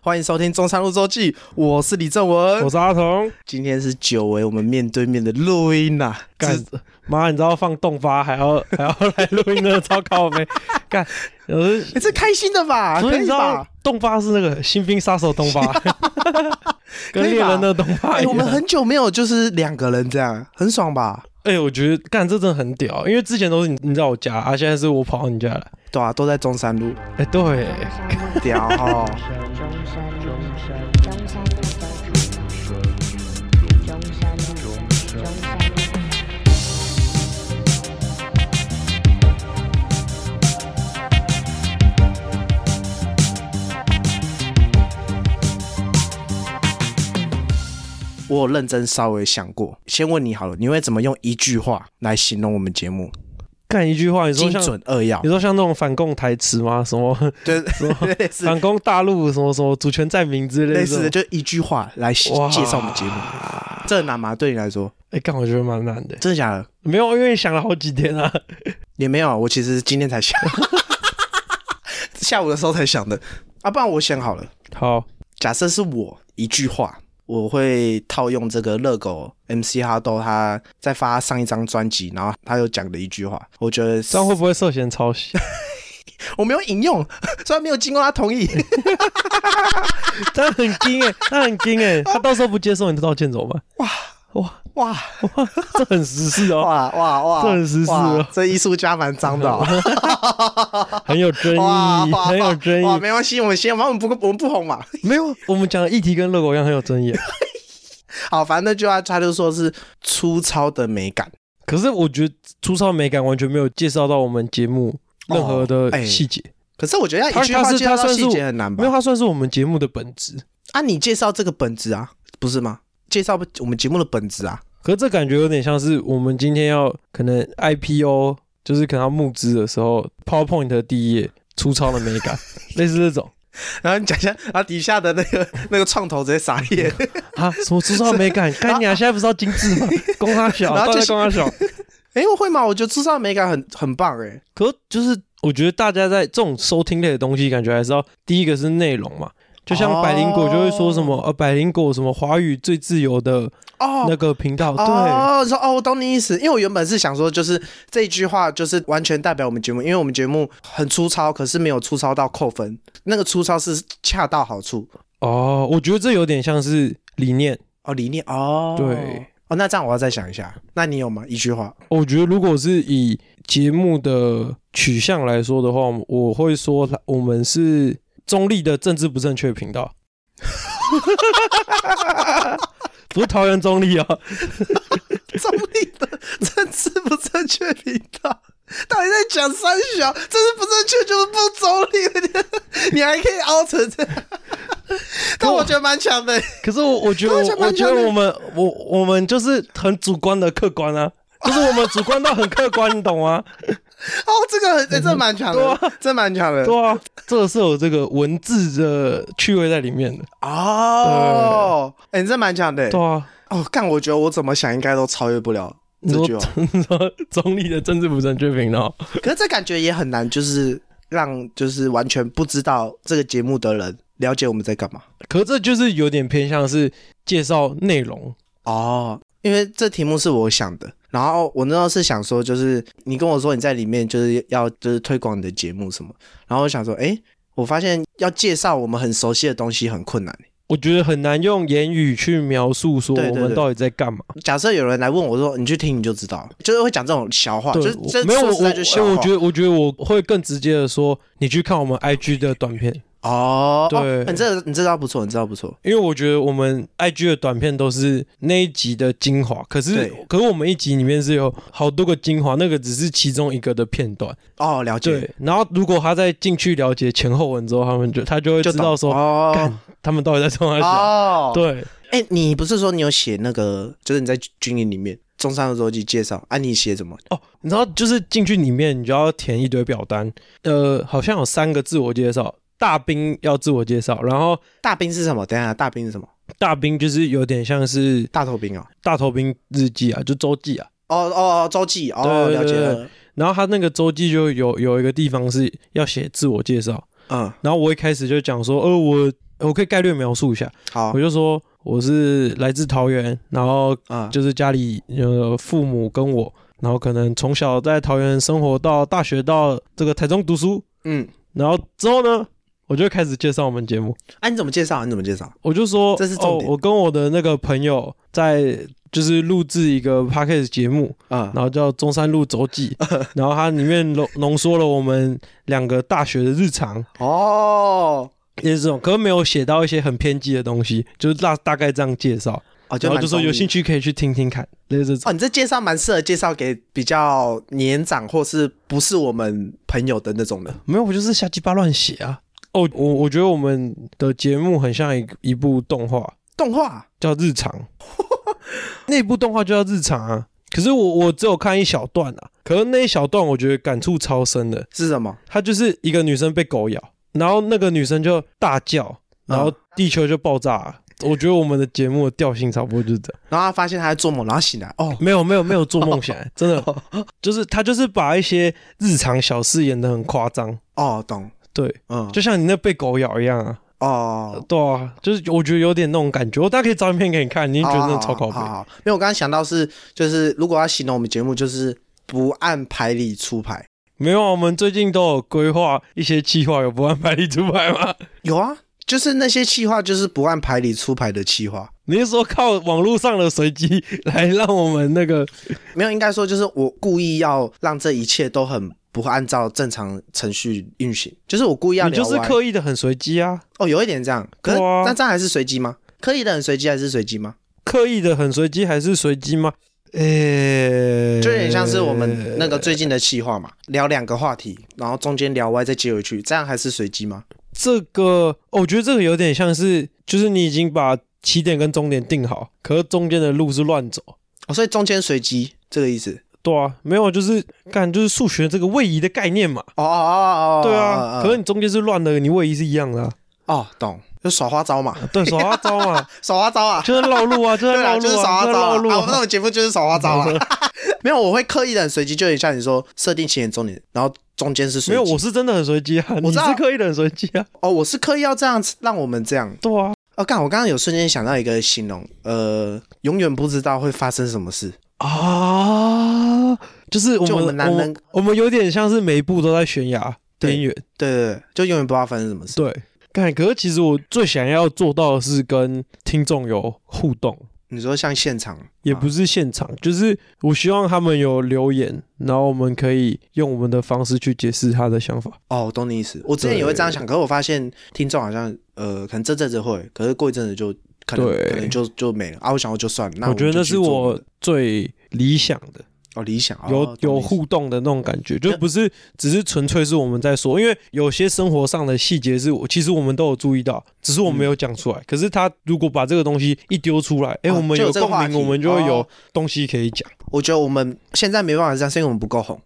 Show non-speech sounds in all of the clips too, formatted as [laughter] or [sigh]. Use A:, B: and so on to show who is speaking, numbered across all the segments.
A: 欢迎收听《中山路周记》，我是李正文
B: 我。是阿童。
A: 今天是久违我们面对面的录音啊呐、
B: 干
A: 这
B: 妈，你知道放动发还要还要来录音的超靠背，干，有时
A: 你、这开心的吧？
B: 所
A: 啊
B: 以
A: 可
B: 你
A: 以
B: 知道
A: 吧？
B: 动发是那个新兵杀手动发，
A: 可
B: [laughs] 跟
A: 以
B: 猎
A: 吧
B: 人的动发
A: 哎、
B: 一
A: 我们
B: 样。
A: 很久没有就是两个人这样，很爽吧？
B: 哎、我觉得干这真的很屌，因为之前都是你你在我家，啊，现在是我跑到你家来。
A: 对啊，都在中山路，
B: 哎、对，
A: [laughs] 屌哦！我有认真稍微想过，先问你好了，你会怎么用一句话来形容我们节目？
B: 干一句话，你说
A: 精
B: 像
A: 准扼要
B: 你，说像那种反共台词吗？什么
A: 就是 [laughs] 类似
B: 反攻大陆，什么什么主权在民之类
A: 类
B: 的
A: 似
B: 这
A: 的，
B: 种。
A: 就一句话来形
B: 哇
A: 介绍我们节目，这很难吗？对你来说，
B: 哎、干我觉得蛮难的。
A: 真的假的？
B: 没有，因为想了好几天啊。
A: 也没有啊，我其实今天才想， [laughs] 下午的时候才想的啊。不然我想好了，
B: 好，
A: 假设是我一句话，我会套用这个热狗 MC 哈豆他在发上一张专辑，然后他有讲的一句话，我觉得
B: 这样会不会涉嫌抄袭？
A: 我没有引用，虽然没有经过他同
B: [laughs]
A: 意，
B: 他很惊哎、他很惊哎、他到时候不接受你的道歉怎么办？ [laughs]
A: 哇
B: 这很时事哦，
A: 哇哇哇，
B: 这很实事哦
A: 哇这艺术家蛮脏
B: [laughs]
A: 的、哦。
B: 很有争
A: 哇
B: 议，
A: 哇
B: 很有争
A: 哇，
B: 议。
A: 没关系，我们先，我们不我们不红嘛。
B: 没有，我们讲的议题跟热狗一样很有争议。
A: 好，反正那句话他就说是粗糙的美感，
B: 可是我觉得粗糙美感完全没有介绍到我们节目任何
A: 哦哎
B: 的细节，
A: 可是我觉得要
B: 他
A: 一句话
B: 他是
A: 介绍
B: 他
A: 到
B: 算是
A: 细节很难
B: 没有，
A: 吧？
B: 它算是我们节目的本质。
A: 啊，你介绍这个本质啊，不是吗？介绍我们节目的本质啊，
B: 可是这感觉有点像是我们今天要可能 IPO，就是可能要募资的时候，PowerPoint 的第一页粗糙的美
A: [laughs]
B: 感，类似这种
A: 然后你讲一下，然后底下的那个 [laughs] 那个创投直接傻眼，
B: 啊，什么粗糙美感？干你啊！现在不是要精致
A: [laughs]
B: 吗？公他小，
A: 然后就
B: 到底
A: 是
B: 在公他小。
A: 哎、我会吗？我觉得粗糙的美感很很棒哎、
B: 可就是我觉得大家在这种收听类的东西，感觉还是要第一个是内容嘛。就像百灵果就会说什么、呃，百灵果什么华语最自由的
A: 哦。
B: 那个频道，
A: 哦，你说哦，我懂你意思，因为我原本是想说，就是这一句话就是完全代表我们节目，因为我们节目很粗糙，可是没有粗糙到扣分，那个粗糙是恰到好处
B: 对，哦，我觉得这有点像是理念。
A: 哦，理念哦，
B: 对，
A: 哦，那这样我要再想一下，那你有吗？一句话，
B: 我觉得如果是以节目的取向来说的话，我会说它我们是中立的政治不正确频道，不是桃园中立啊、
A: 中立的政治不正确频道。到底在讲三小？政治不正确就是不中立的，你还可以凹成这样， [laughs] 但我觉得蛮强的。哦
B: 可是我我觉得
A: 跟我想
B: 我，我
A: 完全
B: 觉得
A: 没
B: 我们我我们就是很主观的客
A: [laughs]
B: 观啊，就是我们主观到很客观，你懂吗？
A: 哦，这个很、欸、这蛮强
B: 对
A: 的，这蛮强的。
B: 对啊，这是有这个文字的趣味在里面的，
A: 哦，哎、你这蛮强的。
B: 对啊。
A: 哦，干，我觉得我怎么想应该都超越不了
B: 你
A: 这
B: 说
A: 句话。
B: 你说啊 [laughs] 中立的政治不正确频道，
A: 可是这感觉也很难，就是让就是完全不知道这个节目的人了解我们在干嘛。
B: 可是这就是有点偏向是介绍内容，
A: 哦，因为这题目是我想的，然后我那时候是想说，就是你跟我说你在里面就是要就是推广你的节目什么，然后我想说，诶，我发现要介绍我们很熟悉的东西很困难。
B: 我觉得很难用言语去描述说
A: 对对
B: 我们
A: 对
B: 到底在干嘛。
A: 假设有人来问我说，你去听你就知道，就是会讲这种小话，就是
B: 我
A: 这
B: 没有我
A: 说实在就是小
B: 我
A: 话。
B: 我觉得我觉得我会更直接的说，你去看我们 IG 的短片。
A: 哦，
B: 对
A: 哦你这个你这招不错，你这招不错。
B: 因为我觉得我们 IG 的短片都是那一集的精华，可是
A: 对
B: 可是我们一集里面是有好多个精华，那个只是其中一个的片段。
A: 哦，了解，
B: 对，然后如果他再进去了解前后文之后，他们就他就会
A: 就
B: 知道
A: 懂
B: 说，
A: 哦
B: 干他们到底在冲啥小。
A: 哦，
B: 对，
A: 哎、你不是说你有写那个，就是你在军营里面中山的逻辑介绍啊？你写什么？
B: 哦，你知道就是进去里面，你就要填一堆表单，呃，好像有三个自我介绍，大兵要自我介绍，然后
A: 大兵是什么？等一下，大兵是什么？
B: 大兵就是有点像是
A: 大头兵哦。
B: 大头兵日记啊，就周记啊，
A: 哦哦，哦，周记哦，
B: 对对
A: 了解
B: 对
A: 了。
B: 然后他那个周记就有有一个地方是要写自我介绍，
A: 嗯，
B: 然后我一开始就讲说，呃，我我可以概略描述一下，
A: 好
B: 我就说我是来自桃园，然后
A: 啊，
B: 就是家里呃父母跟我，然后可能从小在桃园生活到大学到这个台中读书，
A: 嗯，
B: 然后之后呢，我就开始介绍我们节目，
A: 哎，你怎么介绍？你怎么介绍？
B: 我就说
A: 这是重点
B: 哦，我跟我的那个朋友在就是录制一个 podcast 节目，
A: 啊
B: 然后叫《中山路走
A: [laughs]
B: 记》，然后它里面浓浓缩了我们两个大学的日常，
A: 哦，
B: 也是这种，可是没有写到一些很偏激的东西，就是大大概这样介绍，
A: 哦，就
B: 然后
A: 蛮
B: 就说有兴
A: 趣
B: 趣可以去听听看，类似这种。
A: 哦，你这介绍蛮适合介绍给比较年长或是不是我们朋友的那种人。
B: 没有，我就是瞎鸡巴乱写啊。哦，我我觉得我们的节目很像一一部动画，
A: 动画
B: 叫《日
A: [laughs]
B: 常》，那部动画就叫《日常》啊。可是我我只有看一小段啊，可是那一小段我觉得感触超深的。
A: 是什么？
B: 它就是一个女生被狗咬，然后那个女生就大叫，然后地球就爆炸了。我觉得我们的节目的调性差不多就是这样。
A: 然后他发现他在做梦，然后醒来，哦，
B: 没有没有没有做梦 [laughs] 想，真的就是他就是把一些日常小事演得很夸张，
A: 哦，懂，
B: 对，
A: 嗯，
B: 就像你那被狗咬一样啊。
A: 哦，
B: 对啊，就是我觉得有点那种感觉，我大家可以找影片给你看，你一定觉得那超
A: 好好
B: 靠背
A: 哦好。好因为我刚刚想到是，就是如果要形容我们节目，就是不按牌理出牌。
B: 没有啊，我们最近都有规划一些计划，有不按牌理出牌吗？ [laughs]
A: 有啊，就是那些气话，就是不按牌理出牌的气话。
B: 你是说靠网络上的随机来让我们那个？
A: 没有，应该说就是我故意要让这一切都很不按照正常程序运行，就是我故意要
B: 你就
A: 聊
B: 是
A: 歪
B: 刻意的很随机啊，
A: 哦，有一点这样，可是、
B: 对啊
A: 那这样还是随机吗？刻意的很随机还是随机吗？
B: 刻意的很随机还是随机吗？呃、
A: 就有点像是我们那个最近的企划嘛，聊两个话题，然后中间聊歪再接回去，这样还是随机吗？
B: 这个、哦，我觉得这个有点像是，就是你已经把起点跟终点定好，可是中间的路是乱走。
A: 哦，所以中间随机这个意思。
B: 对啊，没有，就是干就是数学这个位移的概念嘛。
A: 哦哦哦哦，
B: 对啊，可是
A: 以
B: 你中间是乱的，你位移是一样
A: [laughs]
B: 的、啊，
A: 哦，懂，就耍花招嘛，
B: 对，手花招嘛，
A: 耍花招啊。
B: 就是绕路啊，就
A: 对
B: 是绕
A: 啦，
B: 路
A: 就是耍
B: 啊，
A: 花招
B: 就是
A: 啊！
B: 绕
A: 啊
B: 路
A: [laughs] 我们
B: 啊。
A: 那种节目就是耍花招啊！没有，我会刻意的很随机，就有点像你说设定起点、终点，然后中间是随
B: 没
A: 机。
B: 有，我是真的很随机啊，你
A: 知道
B: 是刻意的很随机啊，
A: 哦，我是刻意要这样子，让我们这样。
B: 对啊，
A: 哦，干，我刚刚有瞬间想到一个形容，呃，永远不知道会发生什么事。
B: 啊，就是我
A: 就我
B: 们
A: 们男人
B: 我，我们有点像是每一步都在悬崖
A: 对
B: 边缘，
A: 对对对，就永远不知道发生什么事。
B: 对。看，可是其实我最想要做到的是跟听众有互动，
A: 你说像现场
B: 也不
A: 啊
B: 是现场，就是我希望他们有留言，然后我们可以用我们的方式去解释他的想法。
A: 哦，我懂你意思。我之前也会这样想，可是我发现听众好像呃，可能这阵子会，可是过一阵子就可能
B: 对
A: 可能就就没了啊。我想我就算了，那
B: 我觉得
A: 那
B: 那是我最理想的。
A: 哦理想哦
B: 有
A: 懂你
B: 有
A: 意思
B: 互动的那种感觉，就不是只是纯粹是我们在说，因为有些生活上的细节是我其实我们都有注意到，只是我们没有讲出来。可是他如果把这个东西一丢出来，哎，
A: 嗯哦
B: 我们
A: 就有这个
B: 共
A: 话
B: 鸣，
A: 题
B: 我们就会有
A: 哦
B: 东西可以讲
A: 我觉得我们现在没办法这样，是因为我们不够红。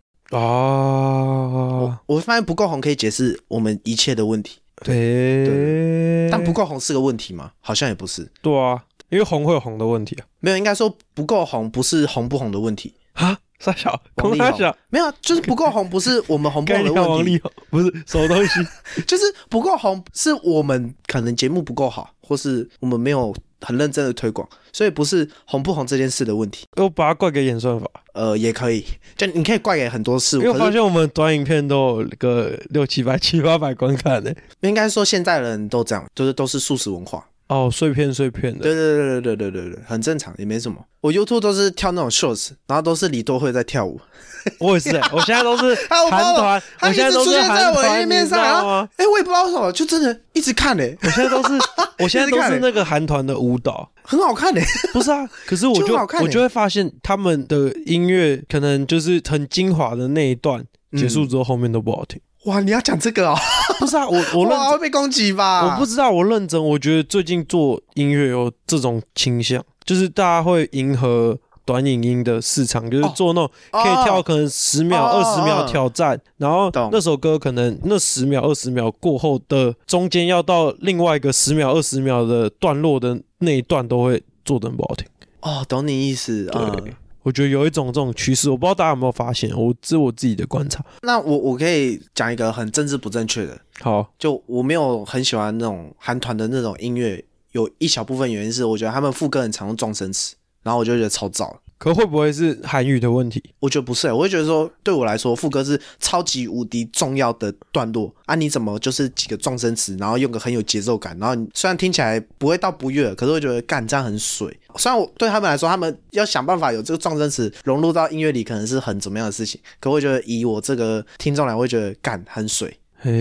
B: 啊。
A: 我发现不够红可以解释我们一切的问题，
B: 对，
A: 但不够红是个问题吗？好像也不是。
B: 对啊，因为红会有红的问题啊。
A: 没有，应该说不够红不是红不红的问
B: [laughs]
A: 题，
B: 啊，傻小，
A: 王
B: 红
A: 力
B: 傻
A: 宏
B: 小，
A: 没有啊，就是不够红不是我们红
B: [laughs]
A: 不
B: 该
A: 红的
B: 你看王
A: 问题，
B: 力宏不是什么东
A: [laughs]
B: 西，
A: 就是不够红是我们可能节目不够好，或是我们没有很认真的推广，所以不是红不红这件事的问题。
B: 我把它怪给演算法，
A: 呃，也可以，就你可以怪给很多事
B: 因为
A: 物，
B: 我发
A: 可是
B: 现我们短影片都有个六七百、七八百观看呢、
A: 应该说现在人都这样，就是都是素食文化。
B: 哦，碎片碎片的，
A: 对对对对对对对对，很正常，也没什么。我 YouTube 都是跳那种 shorts，然后都是李多惠在跳舞。
B: [laughs] 我也是、欸，我现在都是
A: 啊我
B: 韩团，
A: [laughs] 他
B: 我
A: 一
B: 现
A: 直
B: 在都
A: 出
B: 是
A: 现在
B: 韩
A: 我
B: 团，
A: 页
B: 你知
A: 面上，然
B: 道
A: 后
B: 吗？
A: 哎，我也不知道为什么，就真的一直看嘞、
B: 我现在都是，我现在
A: [laughs]
B: 都
A: 一直
B: 是
A: 看欸
B: 那个韩团的舞蹈，
A: 很好看嘞、
B: 不是啊？可是我
A: 就
B: 就
A: 很好看欸
B: 我就会发现他们的音乐可能就是很精华的那一段结
A: 嗯
B: 束之后，后面都不好听。
A: 哇，你要讲这个哦，
B: 不是啊，我
A: [laughs]
B: 我认
A: 哇，
B: 真，
A: 会被攻击吧？
B: 我不知道，我认真，我觉得最近做音乐有这种倾向，就是大家会迎合。短影音的市场就是
A: 哦
B: 做那种可以跳可能十秒、
A: 哦
B: 二
A: 哦
B: 十秒挑战，然后
A: 懂
B: 那首歌可能那十秒、二十秒过后的中间要到另外一个十秒、二十秒的段落的那一段都会做的很不好听。
A: 哦，懂你意思。
B: 对
A: 嗯
B: 我觉得有一种这种趋势，我不知道大家有没有发现，我这是我自己的观察。
A: 那我我可以讲一个很政治不正确的，
B: 好，
A: 就我没有很喜欢那种韩团的那种音乐，有一小部分原因是我觉得他们副歌很常用撞声词，然后我就觉得超燥。
B: 可会不会是韩语的问题？
A: 我觉得不是、欸，我会觉得说，对我来说，副歌是超级无敌重要的段落啊！你怎么就是几个撞声词，然后用个很有节奏感，然后你虽然听起来不会到不悦，可是我觉得干这样很水。虽然我对他们来说，他们要想办法有这个撞声词融入到音乐里，可能是很怎么样的事情，可我觉得以我这个听众来，我会觉得干很水。
B: 嘿，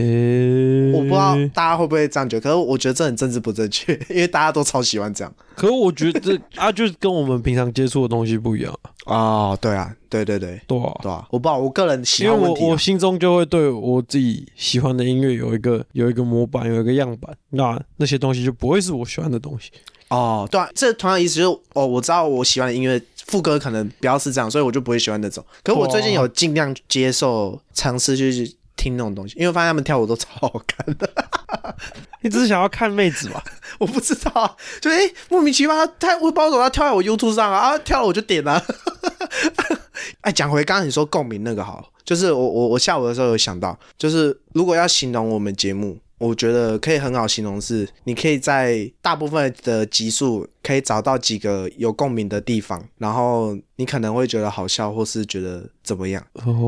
A: 我不知道大家会不会这样觉得，可是我觉得这很政治不正确， [laughs] 因为大家都超喜欢这样。
B: 可我觉得啊，就是跟我们平常接触的东西不一样，
A: 哦，对啊，对对对，
B: 对啊。
A: 对啊，我不知道，我个人喜
B: 因为
A: 好
B: 我
A: 问题啊、
B: 我心中就会对我自己喜欢的音乐有一个有一个模板，有一个样板，那那些东西就不会是我喜欢的东西。
A: 哦，对啊，这同样意思就是，哦，我知道我喜欢的音乐副歌可能不要是这样，所以我就不会喜欢那种。可是我最近有尽量接受尝试去听那种东西，因为我发现他们跳舞都超好看的。
B: 你只是想要看妹子吧？
A: 我不知道啊，就哎、诶莫名其妙，他我不知道为什么他跳在我 YouTube 上啊，啊跳了我就点了、 [laughs] 哎，讲回刚刚你说共鸣那个好了，就是我我我下午的时候有想到，就是如果要形容我们节目，我觉得可以很好形容是，你可以在大部分的集数可以找到几个有共鸣的地方，然后你可能会觉得好笑，或是觉得怎么样。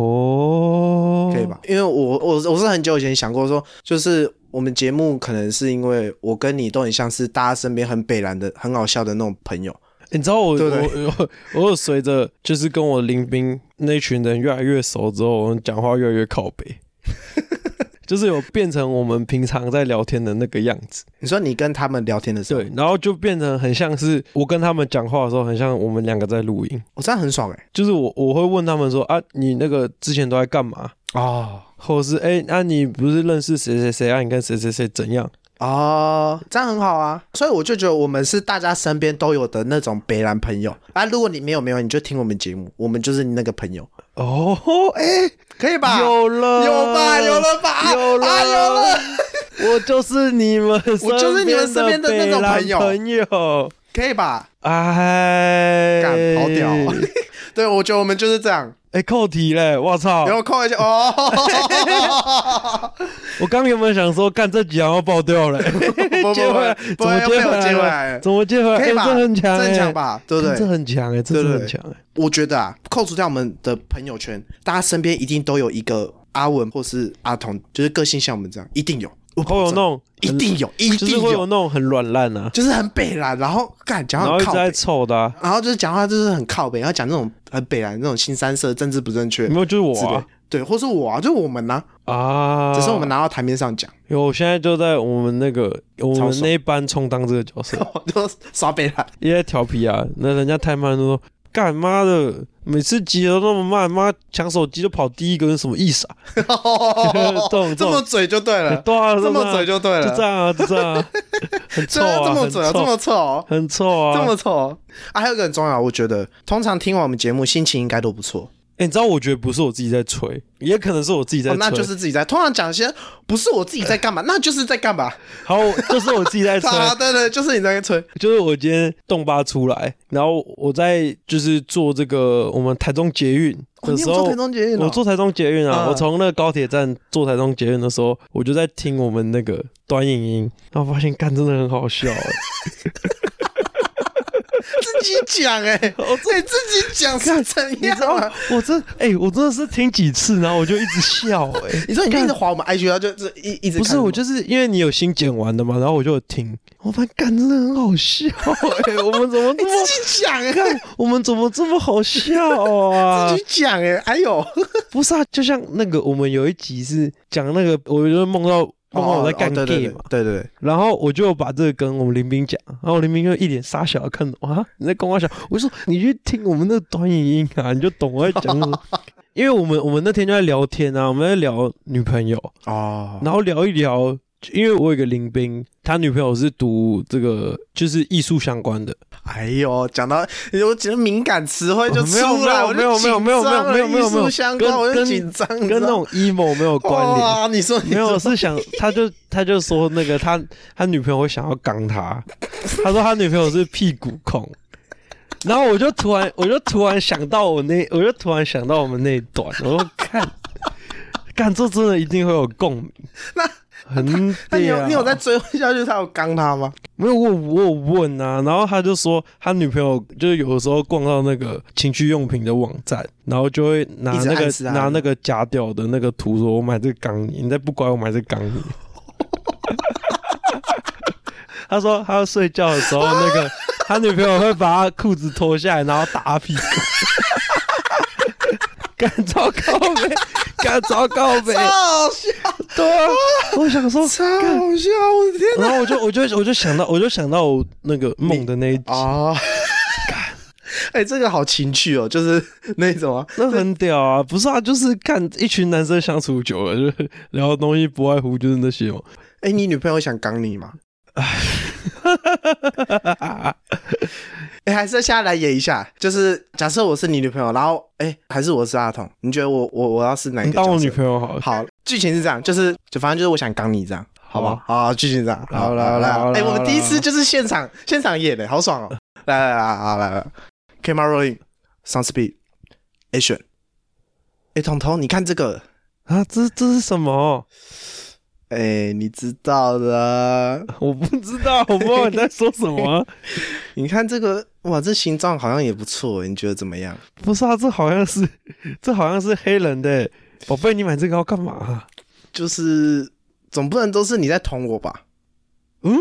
B: 哦，
A: 可以吧？？因为我我我是很久以前想过说，就是我们节目可能是因为我跟你都很像是大家身边很北蓝的、很好笑的那种朋友。
B: 你知道我
A: 对不对
B: 我我我有随着就是跟我林斌那群人越来越熟之后，我们讲话越来越靠北，就是有变成我们平常在聊天的那个样子。
A: 你说你跟他们聊天的时候，
B: 对，然后就变成很像是我跟他们讲话的时候，很像我们两个在录音。
A: 我、这样很爽哎、
B: 就是我我会问他们说啊，你那个之前都在干嘛？
A: 哦
B: 或者是哎，那、你不是认识谁谁谁啊？你跟谁谁谁怎样？
A: 哦，这样很好啊。所以我就觉得我们是大家身边都有的那种北蓝朋友啊。如果你没有没有，你就听我们节目，我们就是你那个朋友，
B: 哦，哎、
A: 可以吧？
B: 有了，
A: 有吧？有，了吧？
B: 有了，
A: 啊、有了。。
B: 我就是你们，
A: 我就是你们身边的那种朋友
B: 朋友。
A: 可以吧？
B: 哎，
A: 干，好屌、哦！ [laughs] 对，我觉得我们就是这样。
B: 哎， [laughs] 扣题嘞！我操！
A: 然后扣一下哦，
B: [laughs] 我刚原本想说，干这集好像爆掉了，
A: [laughs] 不
B: 接回来，
A: 不会
B: 怎么
A: 又被我接回
B: 回来
A: 来
B: 了？
A: 了
B: 怎么接回来？
A: 可以吧？
B: [laughs] 哎这很强，
A: 这很
B: 哎
A: 强？吧？对不
B: 干这
A: 对？
B: 很强哎，这真的很强哎。
A: 我觉得啊，扣除掉我们的朋友圈，大家身边一定都有一个阿文或是阿童，就是个性像我们这样，一定有，我
B: 会
A: 保
B: 有
A: 证
B: 那种
A: 一定有，一
B: 就是
A: 定
B: 会有
A: 有，
B: 那种很软烂啊，
A: 就是很北蓝，然后干讲
B: 然
A: 话
B: 后一
A: 很
B: 直
A: 靠
B: 在
A: 北，
B: 臭的啊，
A: 然后就是讲话就是很靠北，然后讲那种很北蓝那种新三色、政治不正确
B: 有没有就是
A: 之
B: 我
A: 类
B: 啊，
A: 对，或是我啊，就是我们呐，
B: 啊，
A: 只是我们拿到台面上讲， [laughs]
B: 有，我现在就在我们那个我
A: 超
B: 们
A: 爽
B: 那一班充当这个角色，
A: 就是耍北
B: [laughs]
A: 蓝。
B: 也在调皮啊。那人家太慢就说：“干妈的，每次急都那么慢，妈抢手机就跑第一个，是什么意思啊？”懂
A: 哦这么嘴就对了，
B: [laughs] 对啊，
A: 这么嘴
B: 嘴
A: 就对了，
B: 就这样啊，就这样啊，很臭
A: 真的
B: 啊，
A: 这么
B: 很
A: 嘴啊，这
B: 臭
A: 么臭哦，
B: 很臭啊。
A: 这么臭哦啊！还有一个很重要，我觉得通常听完我们节目，心情应该都不错。
B: 哎，你知道，我觉得不是我自己在吹，也可能是我自己在
A: 哦，
B: 吹，
A: 那就是自己在。通常讲一些不是我自己在干
B: [laughs]
A: 嘛，那就是在干嘛。
B: 好，就是我自己
A: [laughs]
B: 在吹。
A: 啊，对对，就是你在吹。
B: 就是我今天动八出来，然后我在就是坐这个我们台中捷运
A: 哦
B: 的
A: 你
B: 时
A: 有
B: 候
A: 做台，中捷运哦
B: 我坐台中捷运啊，
A: 嗯
B: 我从那个高铁站坐台中捷运的时候，我就在听我们那个短影音，然后发现干真的很好
A: [laughs]
B: 笑、欸，
A: 自己讲哎，
B: [laughs]
A: 我自自己讲是怎
B: 你
A: 样
B: 知道
A: 啊
B: 吗？？我真哎、我真的是听几次，然后我就一直笑、欸，哎，
A: [laughs] 你说你就一直划我们 IG，然后就就一一直
B: 不是，
A: 看
B: 我就是因为你有新剪完的嘛，然后我就有听，我发现干真的很
A: [laughs]
B: 好笑、欸，哎，我们怎么
A: 你
B: 这么
A: 自己讲哎，
B: 我们怎么这么好笑
A: [laughs]
B: 啊？
A: 自己讲哎，哎呦，
B: 不是啊，就像那个我们有一集是讲那个，我就梦到梦到我在干啊
A: 哦对
B: gay
A: 对
B: 嘛，
A: 对对对，
B: 然后我就把这个跟我们林斌讲，然后林斌就一脸傻笑地看着我啊，你在跟我讲，我就说你去听我们那个短影音啊，你就懂我在讲
A: [laughs]
B: 什么。因为我们我们那天就在聊天啊，我们在聊女朋友，
A: 哦，
B: 然后聊一聊，因为我有一个林斌，他女朋友是读这个就是艺术相关的，
A: 哎呦，讲到我觉得敏感词汇就出来，我
B: 哦没
A: 就
B: 有
A: 紧
B: 没有没有没有
A: 张了
B: 没有没有没有没有
A: 艺术相关
B: 跟
A: 我就
B: 跟
A: 紧张，你
B: 跟
A: 嗯知道
B: 那种 emo 没有关联。
A: 哇，你说你
B: 没有，
A: 说
B: 是想他就他就说那个他他女朋友会想要刚他，他说他女朋友是屁股控，然后我就突然，我就突然想到我那，我就突然想到我们那一段，我说看，干这真的一定会有共鸣，
A: 那
B: 很
A: 那你有
B: 屌
A: 你有在追问下去，他有刚他吗？
B: 没有我有我有问啊，然后他就说他女朋友就是有的时候逛到那个情趣用品的网站，然后就会拿
A: 一直
B: 那个
A: 暗示他
B: 拿那个假屌的那个图说，我买这个钢你再不乖我买这个钢你。他说他要睡觉的时候，
A: [laughs]
B: 那个他女朋友会把他裤子脱下来，然后打
A: [laughs]
B: 他屁股。干糟糕呗，干糟糕呗
A: 超，好笑，
B: 对啊，我想说，
A: 超哎哦好笑！我的天哪！
B: [laughs] 然后我就我就我就想到我就想到我那个梦的那一集，
A: 啊， [laughs] 哎，这个好情趣哦，就是那种啊，
B: 那很屌啊！不是啊，就是看一群男生相处久了，就是聊的东西不外乎就是那些嘛。
A: 哎，你女朋友想刚你
B: [laughs]
A: 吗？哎，还是下来演一下，就是假设我是你女朋友，然后哎，还是我是阿童，你觉得我我我要是哪一
B: 你
A: 个？
B: 当我女朋友好了
A: 友。， [laughs] 好，剧情是这样，就是就反正就是我想刚你这样。好吧，好，剧情这样，好来来
B: 好
A: 来，
B: 啦
A: 哎，
B: 好啦
A: 我们第一次就是现场现场演的，好爽哦！来来来，好来来，camera rolling，sound speed，action。哎，彤彤，你看这个，
B: 啊，这这是什么？
A: 哎、你知道的啊，
B: 我不知道，我不知
A: [laughs]
B: 道你在说什么啊。
A: 你看这个，哇，这形状好像也不错，你觉得怎么样？
B: 不是啊，这好像是这好像是黑人的欸宝贝，你买这个要干嘛啊？
A: 就是总不能都是你在捅我吧？
B: 嗯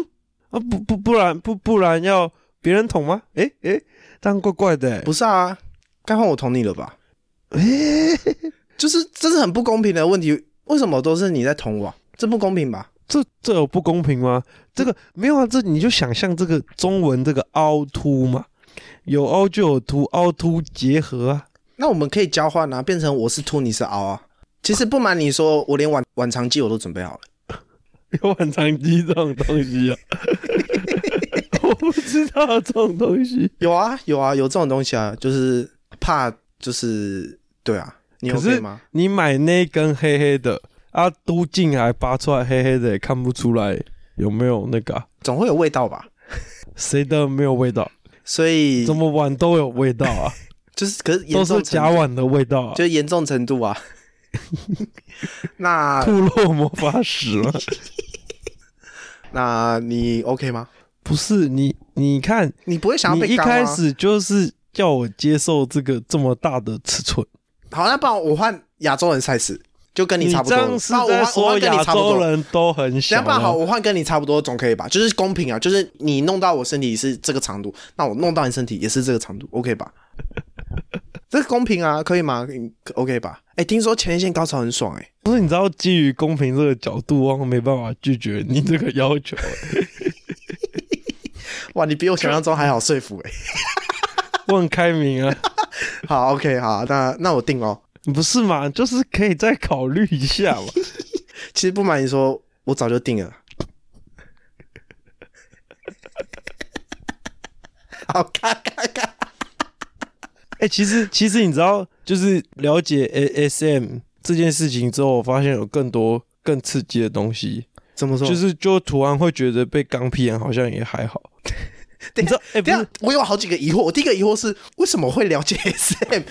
B: 啊，不不不然不不然要别人捅吗？诶诶，这样怪怪的欸。
A: 不是啊，该换我捅你了吧？ [laughs] 就是这是很不公平的问题，为什么都是你在捅我啊？这不公平吧？
B: 这这有不公平吗？这个没有啊，这你就想象这个中文这个凹凸嘛，有凹就有凸，凹凸结合啊。
A: 那我们可以交换啊，变成我是凸，你是凹啊。其实不瞒你说，我连晚晚长记我都准备好了。
B: 有晚长鸡这种东西啊， [laughs] 我不知道这种东西。
A: 有啊，有啊，有这种东西啊，就是怕就是对啊，你
B: 可是
A: OK 吗？
B: 你买那根黑黑的啊，嘟进来拔出来黑黑的，也看不出来有没有那个啊、
A: 总会有味道吧？
B: 谁的没有味道？
A: 所以
B: 怎么碗都有味道啊，
A: 就是可是严
B: 都
A: 重
B: 是
A: 程
B: 假碗的味道啊
A: [laughs] 度，。就严重程度啊。 [laughs] 那
B: 吐落魔法使吗？
A: 那你 OK 吗？
B: [laughs] 不是你，你看
A: 你不会想要
B: 你
A: 被
B: 一
A: 刚
B: 开
A: 吗？
B: 始就是叫我接受这个这么大的尺寸，
A: 好，那不然我换亚洲人赛事，就跟你差不
B: 这
A: 多。
B: 样是
A: 那我
B: 在
A: 换我
B: 说
A: 换跟你
B: 亚
A: 差不
B: 洲
A: 多。
B: 人都很小
A: 那不然好，
B: 啊。
A: 我换跟你差不多总可以吧？就是公平啊，就是你弄到我身体是这个长度，那我弄到你身体也是这个长度，OK
B: [laughs]
A: 吧？这公平啊，可以吗嗯？OK 吧？哎、听说前列腺高潮很爽哎、
B: 不是你知道，基于公平这个角度，我没办法拒绝你这个要求。 [laughs]
A: 哇，你比我想象中还好说服
B: [laughs]
A: 哎、
B: 我很开明啊，
A: 好，OK，好，那那我定哦。
B: 不是嘛？就是可以再考虑一下嘛。 [laughs]
A: 其实不瞒你说，我早就定了。好，咔咔咔！
B: 哎、其实其实你知道，就是了解 A S M 这件事情之后，我发现有更多更刺激的东西。
A: 怎么说？
B: 就是是就突然会觉得被钢皮人好像也还好。
A: [laughs]
B: 你知道？哎、不
A: 这样
B: 是，，
A: 啊我有好几个疑惑。我第一个疑惑是，为什么会了解 [laughs] SM？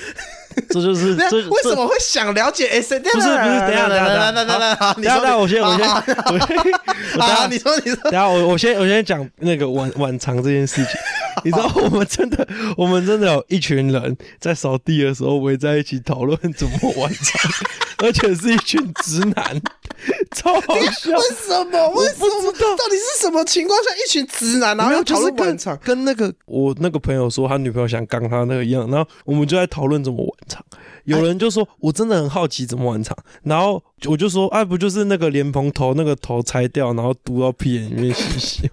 B: 这
A: [laughs]
B: 就是
A: 那
B: 这
A: 为
B: 这
A: 什么会想了解 SM？不
B: 不是不
A: [laughs]
B: 是，等一
A: 啊
B: 下等一下
A: 等等
B: 好
A: 等
B: 等一下，等一下我先我先
A: 啊，
B: [laughs] 我先，我等一
A: 好
B: 下
A: 你说你说
B: 等一下我我先我先讲那个晚晚长这件事
A: [laughs]
B: 情。你知道我们真的我们真的有一群人在扫地的时候围在一起讨论怎么晚长， [laughs] 而且是一群直男， [laughs] 超好笑。
A: 为什么？为什么
B: 不知道？
A: 到底是什么情况下，一群直男然后
B: 没有
A: 要
B: 就
A: 讨
B: 是
A: 论
B: 跟
A: 晚场？
B: 跟那个我那个朋友说他女朋友想刚他那个一样，然后我们就在讨论怎么晚场。有人就说我真的很好奇怎么晚场，然后我就说哎、不就是那个莲蓬头那个头拆掉，然后嘟到屁眼里面洗洗。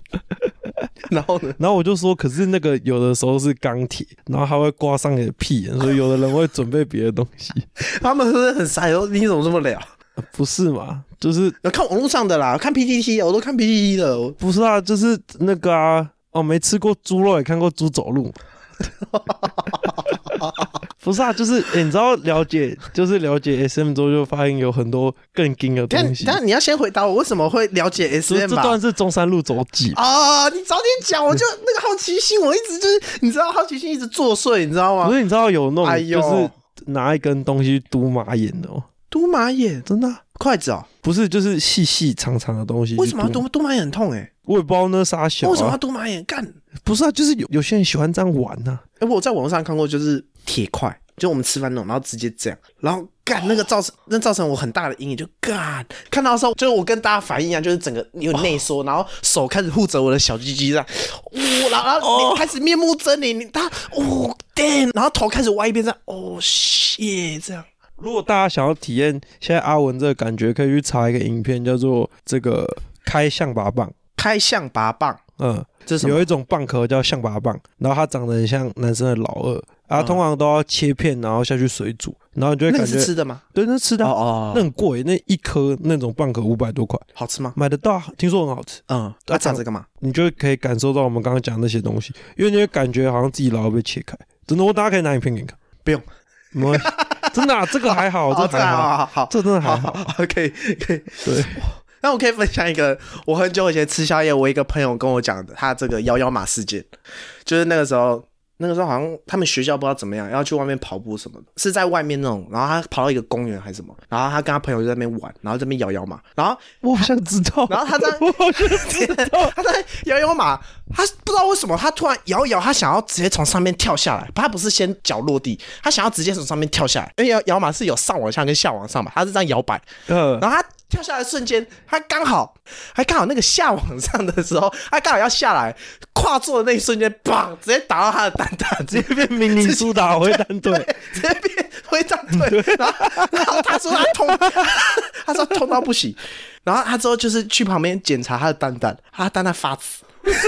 A: 然后呢？
B: 然后我就说可是那个有的时候是钢铁，然后它会刮伤你的屁眼，所以有的人会准备别的东西， [laughs]
A: 他们是不是很傻？哦，你怎么这么聊？
B: 不是嘛？就是
A: 有看网络上的啦，看 PPT，我都看 PPT 的。我
B: 不是啊？就是那个
A: [laughs]
B: 啊。哦，没吃过猪肉，也看过猪走路，不是啊，就是、欸你知道了解，就是了解 SM 之后就发现有很多更精的
A: 等
B: 东
A: 下
B: 西。
A: 等下你要先回答我为什么会了解
B: 这
A: SM
B: 这
A: 吧
B: 段？是中山路走几？
A: 哦，你早点讲，我就那个好奇心，我一直就是你知道好奇心一直作祟，你知道
B: 不
A: 吗？
B: 是你知道有那
A: 哎
B: 种
A: 呦
B: 就是拿一根东西去嘟马眼的哦，
A: 嘟马眼，
B: 真的啊、
A: 筷子哦，
B: 不是就是细细长长的东西。
A: 为什么要
B: 嘟？
A: 嘟嘟马眼很痛哎、
B: 我也不知道那啥小、啊。
A: 为什么要嘟马眼？干！
B: 不是啊，就是有有些人喜欢这样玩呐、啊。
A: 哎、我在网络上看过，就是铁块，就我们吃饭那种，然后直接这样，然后干那个造成那造成我很大的阴影，就干看到的时候，就是我跟大家反应一样，就是整个有内缩，然后手开始护着我的小鸡鸡这样，呜、然后然后你开始面目狰狞，你他哦 damn，然后头开始歪一边这样，哦 shit 这样，
B: 如果大家想要体验现在阿文这个感觉，可以去查一个影片，叫做这个开象拔蚌。
A: 开象拔蚌，
B: 嗯，
A: 这是什么
B: 有一种蚌壳叫象拔蚌，然后它长得很像男生的老二，啊，通常都要切片，然后下去水煮，然后你就会
A: 嗯那
B: 感
A: 个
B: 觉
A: 是吃的吗？
B: 对，那吃的啊、
A: 哦
B: 那，很贵，那一颗那种蚌壳五百多块，
A: 好吃吗？
B: 买得到啊，听说很好吃。
A: 嗯，
B: 啊
A: 那长这干嘛？
B: 你就可以感受到我们刚刚讲那些东西，因为你会感觉好像自己老要被切开。真的，我大家可以拿影片给你看，
A: 不用，
B: 没关系真的、啊，这个还好，这
A: [laughs] 哦
B: 个还好，
A: 好好
B: 这真的还
A: 好
B: 好。
A: 好 [laughs] 好，可以可以。
B: 对，
A: 那我可以分享一个，我很久以前吃宵夜，我一个朋友跟我讲的，他这个摇摇马事件，就是那个时候，那个时候好像他们学校不知道怎么样，要去外面跑步什么的，是在外面那种，然后他跑到一个公园还是什么，然后他跟他朋友就在那边玩，然后这边摇摇马，然后
B: 我好像知道。
A: [laughs] 然后他在。
B: [laughs] 我好像知道
A: 他在摇摇马，他不知道为什么他突然摇一摇，他想要直接从上面跳下来，他不是先脚落地，他想要直接从上面跳下来，因为摇摇马是有上往下跟下往上嘛，他是这样摇摆，
B: 呃，
A: 然后他跳下来的瞬间，他刚好，还刚好那个下往上的时候，他刚好要下来，跨坐的那一瞬间，砰，直接打到他的蛋蛋，直
B: 直
A: 接
B: 接变 [laughs] 明尼苏达回单
A: [laughs]
B: 腿，
A: 直接变灰战队。然后，然后他说他痛， [laughs] 他说痛到不行。然后他之后就是去旁边检查他的蛋蛋，他的蛋蛋发紫。
B: [laughs]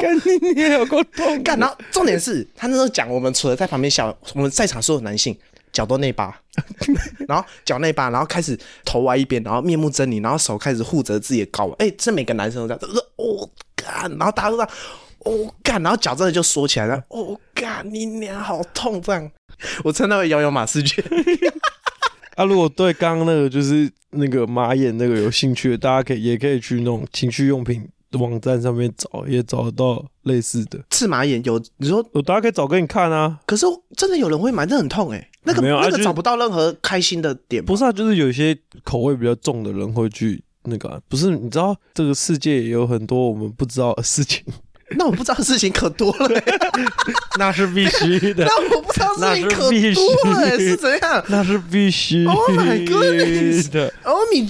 B: 干你也有够痛。
A: 干，然后重点是他那时候讲，我们除了在旁边笑，我们在场所有男性脚都内八， [laughs] 然后脚内八，然后开始头歪一边，然后面目狰狞，然后手开始护着自己的睾丸。哎、这每个男生都这样，就是哦干，然后大家都这样，哦干，然后脚真的就缩起来了，哦干，你娘好痛这样。我称它为摇摇马视觉，
B: 啊，如果对刚刚那个就是那个马眼那个有兴趣的，大家可以也可以去那种情趣用品网站上面找，也找到类似的。
A: 赤马眼有你说，
B: 我大家可以找给你看啊。
A: 可是真的有人会买，那很痛哎、那个
B: 没有啊
A: 那
B: 就是
A: 个找不到任何开心的点吧， [laughs]
B: 不是啊，就是有一些口味比较重的人会去那个啊、不是你知道这个世界也有很多我们不知道的
A: [laughs]
B: 事情，
A: 那我不知道的事情可多
B: [laughs]
A: 了、欸。
B: 那是必须的
A: 那我不知道事情可多了、欸是怎样
B: [laughs] 那是必须
A: Oh my goodness
B: 的。
A: ？Oh my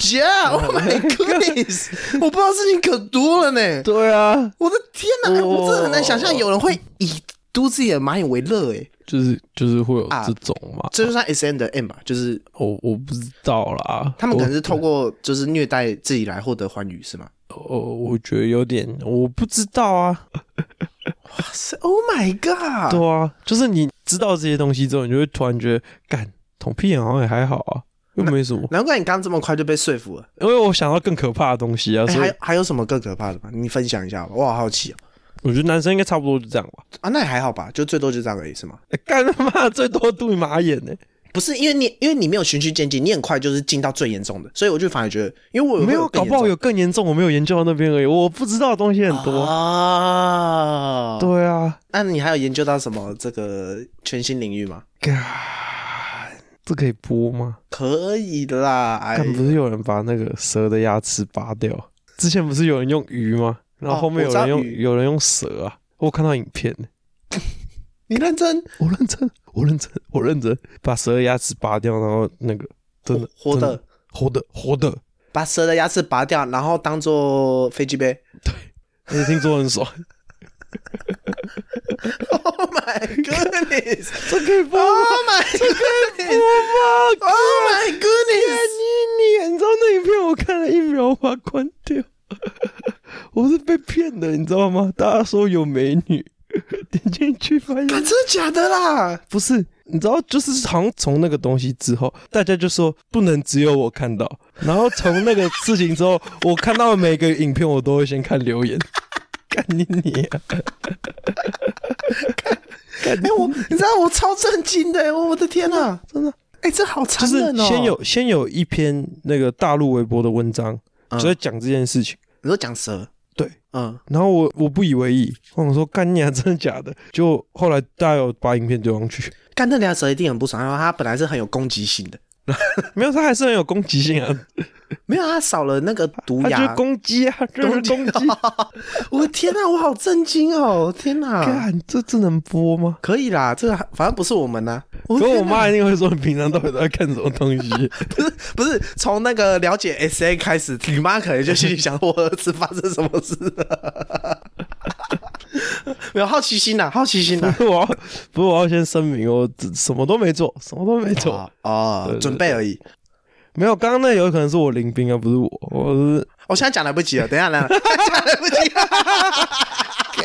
B: 哦
A: god！Oh my
B: [laughs]
A: goodness！我不知道事情可多了呢。
B: 对啊，
A: 我的天哪、哎我真的很难想象
B: 哦
A: 有人会以嘟自己的蚂蚁为乐哎、
B: 就是就是会有
A: 啊
B: 这种嘛，
A: 这就算 S N 的 M 吧，就是
B: 我我不知道啦。
A: 他们可能是透过就是虐待自己来获得欢愉是吗？
B: 我我我觉得有点我不知道啊，
A: 哇塞！Oh my god！
B: 哦对啊，就是你知道这些东西之后，你就会突然觉得，干捅屁眼好像也还好啊，又没什么。
A: 难怪你刚这么快就被说服了。
B: 因为我想到更可怕的东西啊，
A: 哎、
B: 所以
A: 还还有什么更可怕的吗？你分享一下吧，我好好奇哦。
B: 我觉得男生应该差不多就这样吧。
A: 啊，那也还好吧，就最多就这样而已是吗？
B: 欸干他妈最多杜你马眼呢、
A: 不是，因为你因为你没有循序渐进，你很快就是进到最严重的，所以我就反而觉得，因为我
B: 没有，啊
A: 更
B: 搞
A: 严
B: 不好
A: 重
B: 有更严重，我没有研究到那边而已，我不知道的东西很多。
A: 啊。
B: 对啊，
A: 那你还有研究到什么这个全新领域吗？
B: 干，这可以播吗？
A: 可以的啦，哎
B: 干，不是有人把那个蛇的牙齿拔掉？之前不是有人用鱼吗？然后
A: 哦
B: 后面有人
A: 我知道
B: 用、
A: 鱼
B: 有人用蛇啊，我看到影片呢、
A: 你认真
B: 我认真，我认真，我认真，把蛇的牙齿拔掉，然后那个真的
A: 活活
B: 真
A: 的
B: 活的活的，
A: 把蛇的牙齿拔掉，然后当做飞机
B: [laughs]
A: 杯。
B: 而且听说很爽，
A: Oh my
B: [laughs]
A: goodness!
B: 这可以播
A: Oh my goodness!
B: 吗？
A: Oh my goodness!
B: 你你，你知道那一片我看了一秒，我把它关掉。我是被骗的，你知道吗？大家说有美女，点进去发
A: 啊，
B: 现
A: 真的假的啦？
B: 不是，你知道，就是好像从那个东西之后，大家就说不能只有我看到。然后从那个事情之后，我看到每个影片，我都会先看留言。 [laughs] 干你你、啊！干
A: [laughs] 哎、我你知道我超震惊的、我我的天呐、
B: 真的
A: 哎、这好
B: 就
A: 残
B: 是
A: 忍哦、
B: 先有先有一篇那个大陆微博的文章，
A: 嗯
B: 就在讲这件事情。
A: 你说讲蛇，
B: 对，
A: 嗯，
B: 然后我我不以为意，我想说干你啊，真的假的？就后来大家有把影片丢上去，
A: 干那条蛇一定很不爽，然后它本来是很有攻击性的，
B: [laughs] 没有，他还是很有攻击性啊，
A: 没有它少了那个毒
B: 他就是
A: 牙。
B: 攻击啊，就是攻 [laughs] 击。
A: 我的天呐、我好震惊哦！天呐、
B: 干，这这能播吗？
A: 可以啦，这个还反正不是我们呐、啊我的
B: 可我
A: 天哪
B: 妈一定会说你平常到底都在看什么东西？
A: [laughs] 不是不是从那个了解 S A 开始，你妈可能就心里想我儿子发生什么
B: [laughs]
A: 事了，没有好奇心呐、好奇心啊
B: 不
A: 呐、
B: [laughs] 是我要，不是我要先声明，我只什么都没做，什么都没做，
A: 哦
B: 对，
A: 准备而已。
B: 没有。刚刚那有可能是我林兵啊，不是我，我是
A: 我现在讲来不及了，等一下来，等一下来不及，
B: 现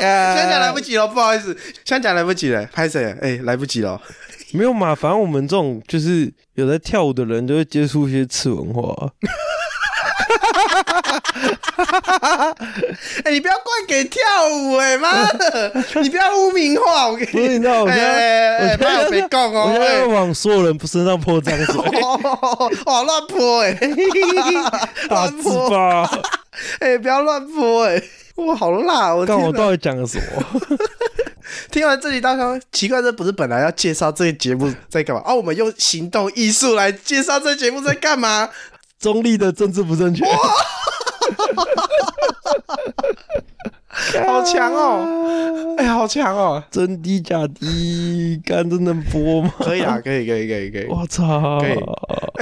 A: 现在讲
B: 在
A: 来不及了，不好意思，现在讲来不及了，拍谁？哎、来不及了。
B: 没有嘛，反正我们这种就是有在跳舞的人，就会接触一些次文化啊、
A: 哎、你不要怪给跳舞、哎妈的，你不要污名化，我跟
B: 不是，
A: 你
B: 你知道我现在，
A: 哎哎哎
B: 我现在
A: 不要被告哦
B: 我现在要往所有人身上泼脏水，
A: 哦，哦乱泼哎，
B: 打
A: 乱
B: 字
A: 泼
B: 吧，
A: 哎、不要乱泼哎！哇，好辣！我
B: 看
A: 天
B: 我
A: 哪
B: 到底讲了什么？
A: 听完这里，大家奇怪，这不是本来要介绍这个节目在干嘛？啊，我们用行动艺术来介绍这节目在干嘛？
B: 中立的政治不正确，
A: 好强哦！哎、好强哦！
B: 真低假低，干真能播吗？
A: 可以
B: [laughs]
A: 啊，可以，可以，可以，可以。
B: 我操！
A: 可以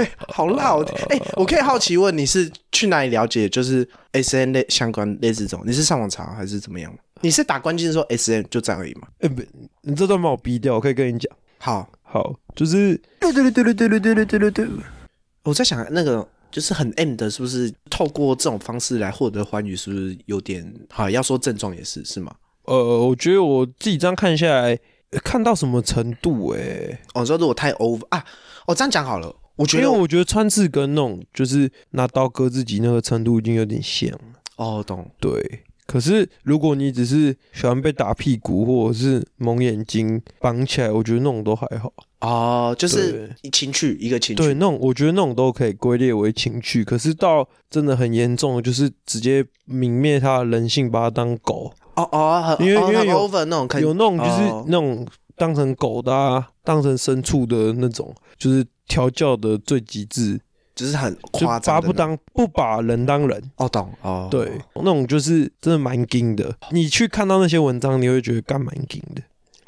A: 哎、好辣哦！
B: 呃
A: 哎、我可以好奇问，你是去哪里了解就是 S N 类相关类似这种？你是上网查还是怎么样？你是打关键字说 S N 就这样而已吗？
B: 哎、不，你这段把我逼掉，我可以跟你讲。
A: 好，
B: 好，就是
A: 对对对对对对对对对对对。我在想，那个就是很 M 的，是不是透过这种方式来获得欢愉，是不是有点好？要说症状也是，是吗？
B: 呃，我觉得我自己这样看下来，呃看到什么程度、哎，
A: 哦，你说如果太 over 啊，哦，这样讲好了，我觉
B: 因为
A: 得
B: 我觉得穿刺跟那种就是拿刀割自己那个程度已经有点像了。
A: 哦，懂，
B: 对，可是如果你只是喜欢被打屁股或者是蒙眼睛绑起来，我觉得那种都还好。
A: 哦，就是情趣一个情
B: 对，
A: 趣，
B: 那种我觉得那种都可以归列为情趣。可是到真的很严重的，就是直接泯灭他的人性，把他当狗。
A: 哦哦，很
B: 因为
A: 哦
B: 因为
A: 很
B: 有
A: over 那种可以
B: 有那种就是
A: 哦
B: 那种当成狗的、啊，当成牲畜的那种，就是调教的最极致，
A: 就是很夸
B: 就把
A: 张的
B: 不
A: 那种，
B: 当不把人当人。
A: 哦，懂哦，
B: 对，那种就是真的蛮硬的。你去看到那些文章，你会觉得干蛮硬的，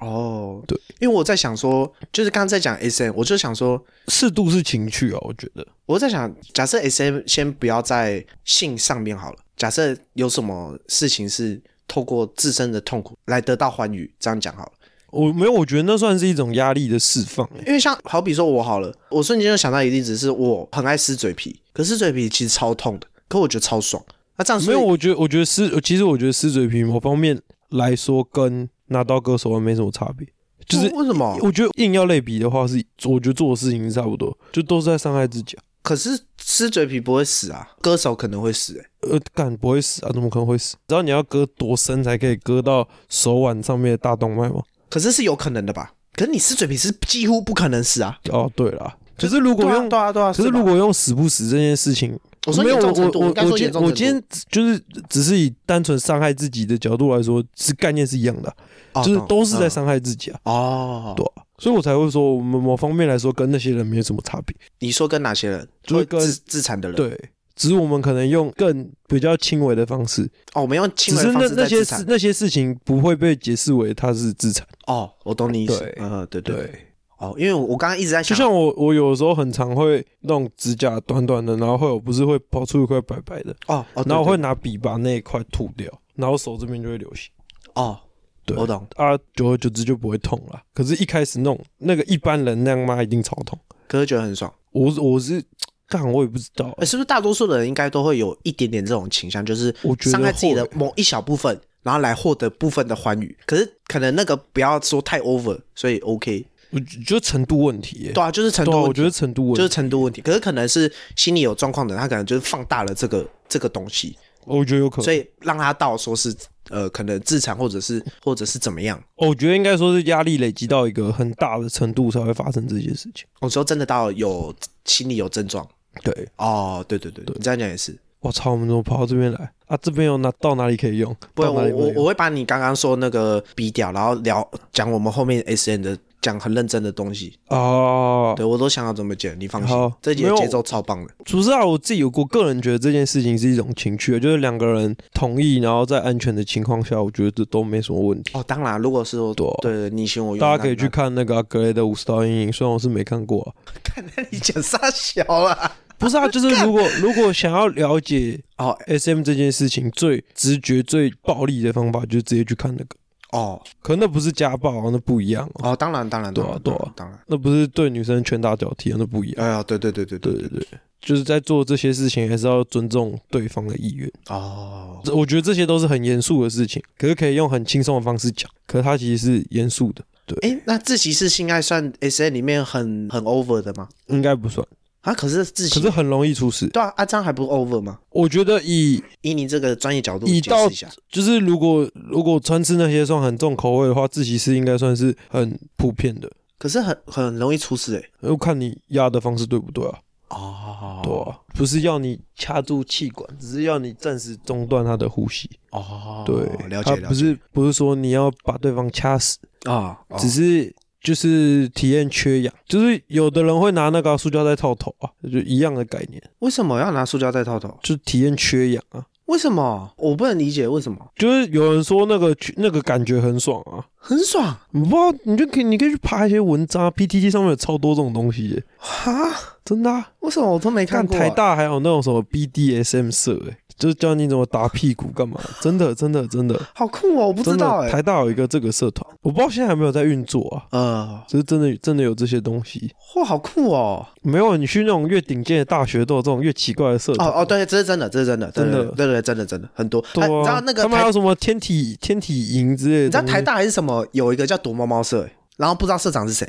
A: 哦，
B: 对，
A: 因为我在想说，就是刚刚在讲 S N，我就想说，
B: 适度是情趣哦，我觉得。
A: 我在想，假设 S M 先不要在性上面好了，假设有什么事情是透过自身的痛苦来得到欢愉，这样讲好了。
B: 我没有，我觉得那算是一种压力的释放、欸。
A: 因为像好比说我好了，我瞬间就想到一个例子，是我很爱撕嘴皮，可是嘴皮其实超痛的，可我觉得超爽。那这样
B: 没
A: 所以
B: 有，我觉得，我觉得撕，其实我觉得撕嘴皮某方面来说，跟拿刀割手腕没什么差别。就是
A: 为什么？
B: 我觉得硬要类比的话是，我觉得做的事情是差不多，就都是在伤害自己啊。
A: 可是撕嘴皮不会死啊，割手可能会死、欸。
B: 呃，干不会死啊？怎么可能会死？知道你要割多深才可以割到手腕上面的大动脉吗？
A: 可是是有可能的吧？可是你撕嘴皮是几乎不可能死啊。
B: 哦，对啦，可是如果
A: 对啊
B: 用，
A: 对啊对啊，
B: 可是
A: 吧
B: 如果用死不死这件事情，
A: 我说
B: 没有
A: 严
B: 我
A: 重程
B: 我
A: 度，
B: 我
A: 我刚说
B: 今
A: 严重
B: 我
A: 程
B: 今
A: 度
B: 天就是只是以单纯伤害自己的角度来说，是概念是一样的啊、
A: 哦
B: 就是
A: 懂
B: 都是在
A: 嗯
B: 伤害自己啊，
A: 哦，
B: 对啊所以我才会说，我们某方面来说跟那些人没什么差别，
A: 你说跟哪些人？
B: 就是
A: 会
B: 跟
A: 自自残的人。
B: 对，只是我们可能用更比较轻微的方式，
A: 哦，我们用轻
B: 只
A: 微
B: 是
A: 的
B: 那
A: 方式
B: 那
A: 在
B: 些
A: 自
B: 事
A: 残。
B: 那些事情不会被解释为他是自残，
A: 哦，我懂你意思
B: 对。
A: 嗯，对对。，哦，因为我我刚刚一直在
B: 就
A: 想，
B: 像我我有时候很常会弄指甲短短的，然后会有不是会跑出一块白白的，
A: 哦哦，对
B: 然后我会
A: 对
B: 拿笔把那一块吐掉，然后手这边就会流血。
A: 哦，
B: 对
A: 我懂。
B: 啊，久而久之就不会痛了。可是，一开始弄那个一般人那样妈一定超痛。
A: 可是觉得很爽。
B: 我是我是干，我也不知道、欸
A: 呃，是不是大多数的人应该都会有一点点这种倾向，就是
B: 我觉得
A: 伤害自己的
B: 会
A: 某一小部分，然后来获得部分的欢愉。可是可能那个不要说太 over，所以 OK。
B: 我觉得程度问题、耶
A: 对啊，就是程
B: 对
A: 度
B: 啊，
A: 问题，
B: 我觉得程度问
A: 就是
B: 题。
A: 程度问题。可是可能是心理有状况的，他可能就是放大了这个这个东西。
B: 我觉得有可能
A: 所，以让他到说是呃，可能自残或者是或者是怎么样。
B: 哦我觉得应该说是压力累积到一个很大的程度才会发生这些事情。
A: 我说真的到有心理有症状
B: 对，
A: 哦，对对对，你这样讲也是。
B: 我操，我们怎么跑到这边来啊？这边有哪到哪里可以用？
A: 不然
B: 到哪
A: 我
B: 里
A: 我
B: 没有
A: 我会把你刚刚说那个逼掉，然后聊讲我们后面 S N 的讲很认真的东西。
B: 哦，
A: 对我都想要怎么剪，你放心
B: 好，
A: 这节
B: 没有
A: 节奏超棒的。
B: 主持啊，我自己有我个人觉得这件事情是一种情趣，啊就是两个人同意，然后在安全的情况下，我觉得这都没什么问题。
A: 哦，当然，如果是我
B: 对啊
A: 对你行我用，
B: 大家可以
A: 那
B: 去看那个啊格雷的五十道阴影，虽然我是没看过、啊，
A: 那你讲啥小啦？
B: 不是啊，就是如果如果想要了解
A: 哦
B: S M 这件事情，最直觉、最暴力的方法就是直接去看那个，
A: 哦
B: 可那不是家暴、啊，那不一样哦、
A: 哦，当然当然，
B: 对啊
A: 当然
B: 对啊
A: 当然。
B: 那不是对女生拳打脚踢、啊，那不一样。
A: 哎呀，对对对对
B: 对对对，就是在做这些事情，还是要尊重对方的意愿。
A: 哦，
B: 这我觉得这些都是很严肃的事情，可是可以用很轻松的方式讲，可是它其实是严肃的，
A: 哎，那自习室性爱算 S N 里面很很 over 的吗？
B: 应该不算，
A: 啊，可是自
B: 可
A: 习
B: 是很容易出事。
A: 对啊，啊这样还不 over 吗？
B: 我觉得以
A: 以你这个专业角度
B: 以
A: 解
B: 到
A: 释一下，
B: 就是如果如果川吃那些算很重口味的话，自习室应该算是很普遍的。
A: 可是很很容易出事哎。
B: 要看你压的方式对不对啊？
A: 哦，
B: 对啊，不是要你掐住气管，只是要你暂时中断他的呼吸。
A: 哦，
B: 对，
A: 了
B: 它
A: 解了
B: 不
A: 解
B: 是不是说你要把对方掐死，
A: 啊，哦
B: 只是就是体验缺氧，就是有的人会拿那个塑胶袋套头啊，就一样的概念，
A: 为什么要拿塑胶袋套头？
B: 就体验缺氧啊。
A: 为什么？我不能理解为什么，
B: 就是有人说那个那个感觉很爽啊，
A: 很爽
B: 你不知道你就可以你可以去爬一些文章啊，PTT 上面有超多这种东西耶，
A: 哈，
B: 真的、啊。
A: 为什么我都没
B: 看
A: 看过啊？
B: 台大还有那种什么 BDSM 社、欸，就是教你怎么打屁股干嘛，真的真的真的
A: 好酷哦，我不知
B: 真
A: 道
B: 的，
A: 哎、
B: 台大有一个这个社团，我不知道现在有没有在运作啊，
A: 呃，
B: 就是真的真的有这些东西。
A: 哇，好酷哦！
B: 没有，你去那种越顶尖的大学都有这种越奇怪的社团。
A: 哦哦，对，这是真的，这是真的，
B: 真的
A: 对对对，对真的真的很多。
B: 对
A: 哎
B: 啊，
A: 你知道那个
B: 他们还
A: 台，
B: 有
A: 你
B: 什么天体天体营之类的
A: 知道
B: 东西？
A: 台大还是什么有一个叫躲猫猫社，哎然后不知道社长是
B: [laughs]
A: 谁，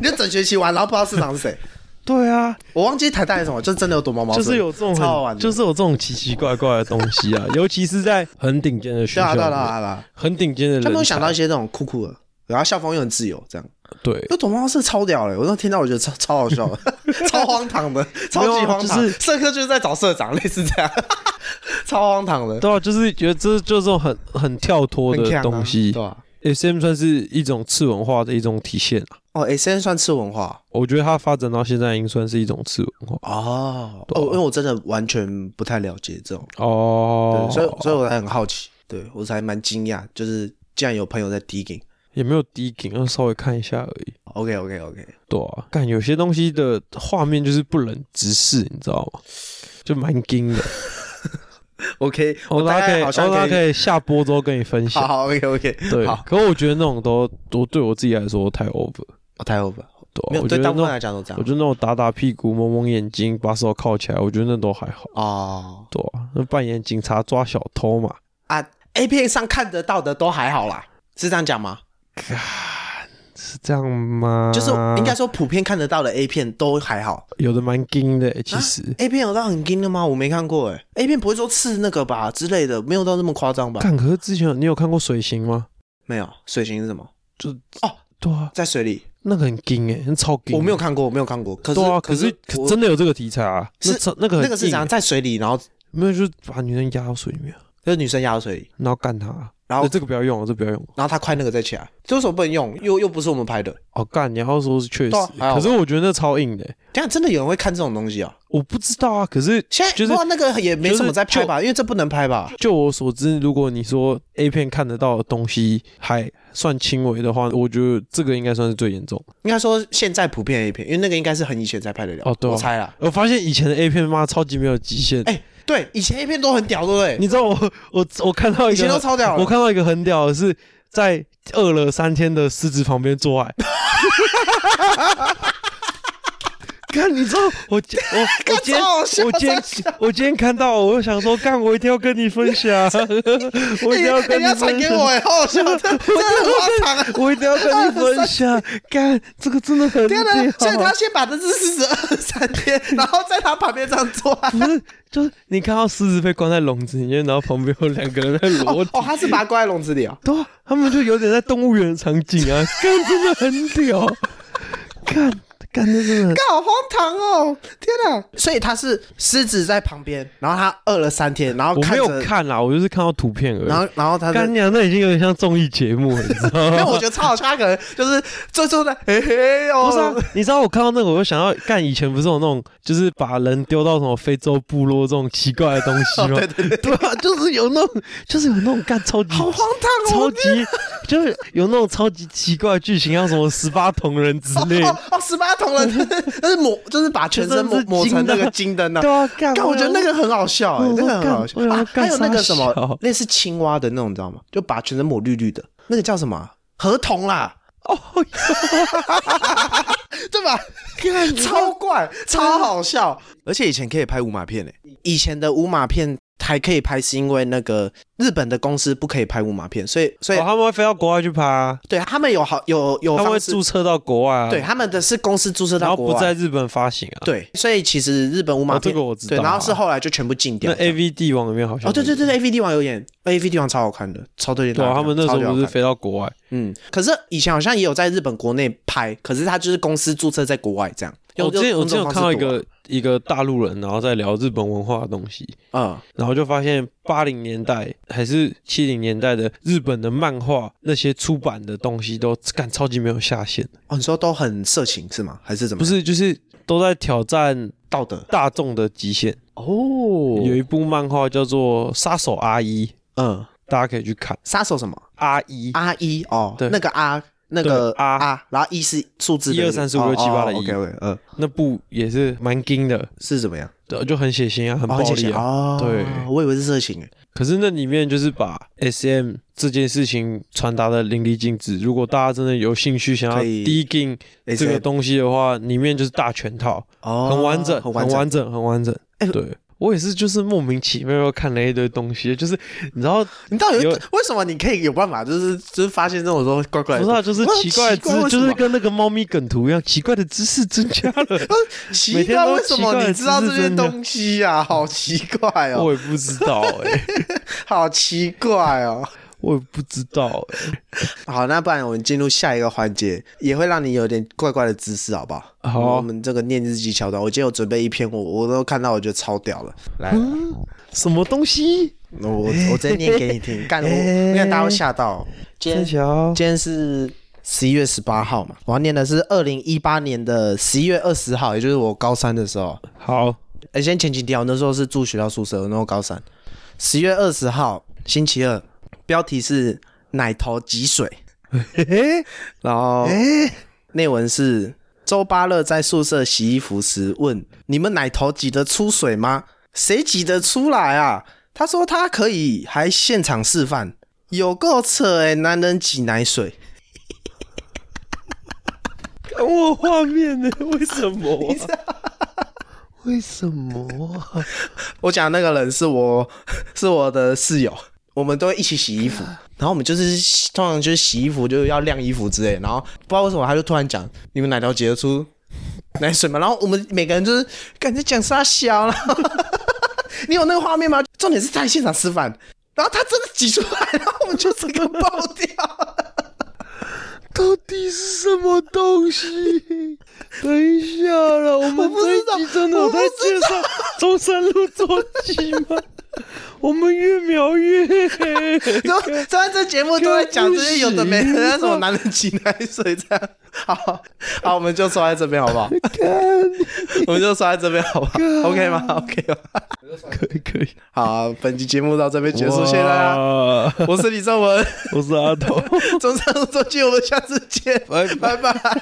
A: 你就整学期玩，然后不知道社长是谁，
B: 对啊，
A: 我忘记台大还是什么，就真的有躲猫猫社，
B: 就是有这种
A: 超好玩
B: 很
A: 的，
B: 就是有这种奇奇怪怪的东西
A: [laughs]
B: 啊，尤其是在很顶尖的学
A: 对啊
B: 校，
A: 对啊对啊对啊，
B: 很顶尖的人
A: 他
B: 才，
A: 们有想到一些这种酷酷的。然后校风又很自由，这样。
B: 对。
A: 那躲猫猫社超屌嘞！我那听到我觉得超超好
B: [laughs]
A: 笑的，超荒唐的，超级荒唐。
B: 啊就是
A: 社科就是在找社长，类似这样， [laughs] 超荒唐的，
B: 对啊，就是觉得这就是这种很很跳脱
A: 很强
B: 的
A: 啊
B: 东西、
A: 对吧？
B: SM 算是一种次文化的一种体现啊。
A: 哦，S N 算次文化
B: 我觉得它发展到现在已经算是一种次文化
A: 哦，
B: 对
A: 哦
B: 啊，
A: 因为我真的完全不太了解这种，
B: 哦
A: 对，，所以所以我才很好奇，对我才蛮惊讶，就是竟然有朋友在 digging。
B: 也没有低频，要稍微看一下而已。
A: OK OK OK，
B: 对啊，看有些东西的画面就是不忍直视，你知道吗？就蛮惊的。
A: OK，
B: 我
A: 我大
B: 大家可
A: 概
B: 以，我
A: 好像
B: 大家
A: 可以，
B: 可以下播之后跟你分
A: 好
B: 享。
A: 好 OK OK，
B: 对
A: 好，，
B: 可我觉得那种都都对我自己来说太 over。
A: 我太 over，没
B: 对、啊，
A: 有
B: 我觉
A: 对
B: 得
A: 大
B: 那
A: 部分
B: 种
A: 来讲都这
B: 我
A: 样
B: 觉。得那种打打屁股、蒙蒙眼睛、把手铐起来，我觉得那都还好。
A: 哦
B: 对啊，那扮演警察抓小偷嘛，
A: 啊，A 片上看得到的都还好啦，是这样讲吗？
B: 是这样吗？
A: 就是应该说普遍看得到的 A 片都还好。
B: 有的蛮惊的、欸
A: 啊
B: 其实。
A: A 片有到很硬的吗？我没看过哎、a 片不会说刺那个吧之类的，没有到那么夸张吧？
B: 看，可是之前有你有看过水刑吗？
A: 没有，水型是什么？
B: 就
A: 哦，
B: 对啊，
A: 在水里，
B: 那个很惊哎、那超惊。
A: 我没有看过，我没有看过。可是，
B: 对啊，可
A: 可
B: 是可
A: 我
B: 真的有这个题材啊，那
A: 是
B: 超那个很
A: 那个是
B: 硬欸
A: 怎样，在水里，然后
B: 没有，就是把女生压到水里面，
A: 就是女生压到水里，
B: 然后干她。啊
A: 然后
B: 对这个不要用了，这个不要用了。
A: 然后她快那个再起来，这为什么不能用？又又不是我们拍的。
B: 哦，干，你要说是确实
A: 对啊，还好
B: 可是我觉得那超硬的欸、
A: 等一下真的有人会看这种东西啊？
B: 我不知道啊。可是
A: 现在
B: 就是
A: 哇，那个也没什么在拍吧，因为这不能拍吧？
B: 就我所知，如果你说 A 片看得到的东西还算轻微的话，我觉得这个应该算是最严重的。
A: 应该说现在普遍 A 片，因为那个应该是很以前才拍得了。
B: 哦对啊
A: 我猜啦。
B: 我发现以前的 A 片妈超级没有极限。
A: 哎，对，以前 A 片都很屌，对不对？
B: 你知道我我我看到一
A: 以前都
B: 个，
A: 超屌
B: 我
A: 的。
B: 看到一个很屌的是在饿 [laughs] 了三天的狮子旁边做爱。看，你知道
A: [laughs]
B: 我今我我今天
A: 超好笑
B: 我今天我今天看到，我就想说，干，我一定要跟你分享， [laughs] 我一定要
A: 人
B: 跟你
A: 家传
B: 分
A: 给
B: 享
A: 我，。哎，好好
B: [laughs]
A: 笑，真的真的很荒唐啊！
B: 我一定要跟你分享，干这个真的很
A: 天哪！
B: 屌。啊
A: 所以他先把这只狮子饿三
B: [laughs]
A: 天，然后在他旁边这样啊抓。
B: 不是，就是你看到狮子被关在笼子里面，然后旁边有两个人在裸
A: 哦
B: 体，
A: 哦，他是把它关在笼子里哦。
B: 对啊、他们就有点在动物园的场
A: [laughs]
B: 景啊，干真的很屌，干干这真的很
A: 干好荒唐哦！天哪！所以他是狮子在旁边，然后他饿了三天，然后
B: 我
A: 看
B: 没有
A: 着，
B: 看啦，我就是看到图片而已。
A: 然后然后他
B: 干
A: 就。
B: 娘，那已经有点像综艺节目了，你知道
A: 没有，我
B: 吗？
A: 觉得超好笑，他可能就是最后的，嘿嘿 [laughs] 哦，
B: 不是啊，你知道我看到那个，我就想到，干以前不是有那种，就是把人丢到什么非洲部落这种奇怪的东西
A: [laughs] [laughs]
B: 吗？
A: 哦对对对，
B: 对啊，就是有那种，就是有那种干超级
A: 好荒唐
B: 超
A: 哦！
B: 级，就是有那种超级奇怪的剧情，像什么十八铜人之类
A: 哦，哦，十八铜人，但是抹就是把 [laughs] 全身抹
B: 就真的是
A: 抹成
B: 金的
A: 那个金灯呢。
B: 对啊，干，
A: 但我觉得那个很好笑哎
B: 我，
A: 那个很
B: 干
A: 好笑
B: 我想
A: 啊
B: 要。干
A: 还有那个什
B: 傻
A: 么
B: 小
A: 类似青蛙的那种，你知道吗？就把全身抹绿绿的，那个叫什么啊？河童啦，
B: 哦，
A: [laughs] 对吧？
B: [laughs] 干
A: 超怪，超好笑。而且以前可以拍五马片诶、欸以前的五马片还可以拍，是因为那个日本的公司不可以拍五马片，所以所以、
B: 哦他们会飞到国外去拍啊，
A: 对他们有好有有
B: 他们
A: 方
B: 会
A: 式，
B: 注册到国外啊，
A: 哦对，他们的是公司注册
B: 然
A: 到
B: 后
A: 国外，
B: 不在日本发行啊。
A: 对，所以其实日本五马
B: 哦，这
A: 片、
B: 个我知道
A: 对，
B: 啊。
A: 然后是后来就全部禁掉
B: 那。A V 帝王里面好像
A: 哦，对对对对，A V 帝王有演，A V 帝王超好看的，超推荐大
B: 对
A: 家
B: 啊，
A: 看。
B: 他们那时候
A: 超级好
B: 不是
A: 看
B: 飞到国外，
A: 嗯，可是以前好像也有在日本国内拍，可是他就是公司注册在国外这样。
B: 我哦之前我之前有看到一
A: 用这种方式啊
B: 个一个大陆人，然后在聊日本文化的东西，
A: 躲啊，嗯，
B: 然后就发现八零年代还是七零年代的日本的漫画那些出版的东西都干超级没有下限，
A: 哦，你说都很色情是吗？还是怎么
B: 不
A: 样？
B: 是就是都在挑战
A: 道德
B: 大众的极限。
A: 哦
B: 有一部漫画叫做《杀手阿一》，
A: 嗯，
B: 大家可以去看
A: 杀手什么
B: 阿一。
A: 阿一哦，
B: 对
A: 那个阿那个
B: 对 R
A: 阿，然后一是数字的那个
B: 一二三四五六七八的一
A: OK OK，嗯，
B: 那部也是蛮惊的，
A: 是怎么样？
B: 对，就很血腥啊，很
A: 哦
B: 暴
A: 很血
B: 力
A: 腥
B: 啊。
A: 哦，
B: 对
A: 我以为是色情诶，
B: 可是那里面就是把 S M 这件事情传达的淋漓尽致。如果大家真的有兴趣想要
A: 可以
B: digging
A: 诶
B: 这个东西的话，里面就是大全套，
A: 哦，
B: 很完整，
A: 很
B: 很
A: 整，哎
B: 完整，很完整。
A: 诶
B: 对我也是，就是莫名其妙又看了一堆东西，就是你
A: [laughs]
B: 知道，
A: 你到底
B: 有
A: 为什么你可以有办法，就是就是发现这种说怪怪
B: 不
A: 的
B: 知道，就是
A: 我很
B: 奇怪的
A: 奇怪
B: 知，
A: 为什
B: 就
A: 么
B: 是跟那个猫咪梗图一样，奇怪的知识增加了。
A: [laughs] 奇
B: 每天
A: 怪，
B: 都
A: 为什么
B: 奇怪
A: 你
B: 的
A: 知道
B: 知
A: 这
B: 识
A: 些
B: 增加
A: 东西啊？好奇怪哦，
B: 我也不知道哎、
A: 好奇怪哦。
B: 我也不知道哎、
A: 好，那不然我们进入下一个环节，也会让你有点怪怪的姿势，好不好？
B: 好啊
A: 我们这个念日记桥段，我今天有准备一篇，我我都看到，我觉得超屌了。来，
B: 嗯什么东西？
A: 我我我直接念给你
B: [laughs]
A: 听，干，我
B: 哎哦
A: 我想大家会吓到。今
B: 天
A: 天
B: 桥
A: 今天是十一月十八号嘛，我要念的是二零一八年的十一月二十号，也就是我高三的时候。
B: 好，
A: 哎、先前几天我那时候是住学校宿舍，我那时候高三，十月二十号星期二，标题是奶头挤
B: [laughs]
A: 水，
B: 嘿嘿，
A: 然后
B: 哎、
A: 内文是周巴乐在宿舍洗衣服时问：“你们奶头挤得出水吗？谁挤得出来啊？”他说他可以，还现场示范，有够扯哎、男人挤奶水，
B: 看我有画面呢？ [laughs] 为什么啊、为什么啊、
A: 我讲那个人是我， [laughs] 是我的室友，我们都会一起洗衣服，然后我们就是洗通常就是洗衣服就是要晾衣服之类的，然后不知道为什么他就突然讲你们奶头挤得出 [laughs] 奶水嘛，然后我们每个人就是感觉讲啥小了，啊 [laughs] 你有那个画面吗？重点是他在现场示范，然后他真的挤出来，然后我们就整个爆掉。
B: 到底是什么东西？等一下啦，我们
A: 不
B: 这
A: 知道
B: 一集真的有在介绍中山路坐骑吗？ [laughs] 我们越描越 [laughs] 黑。
A: 然后在这节目都在讲这些有的没
B: 跟不
A: 的，
B: 洗
A: 那什么男人挤奶水这样。好好，我们就说在这边好不好？ [laughs] 我们就说在这边好不好
B: [laughs]
A: ？OK 吗？OK 吗？ [laughs]
B: 可以可以，
A: 好，本期节目到这边结束，谢谢大家。
B: 哇
A: 我是李正文， [laughs]
B: 我是阿头。
A: 中山路周记，我们下次见，
B: 拜
A: 拜拜。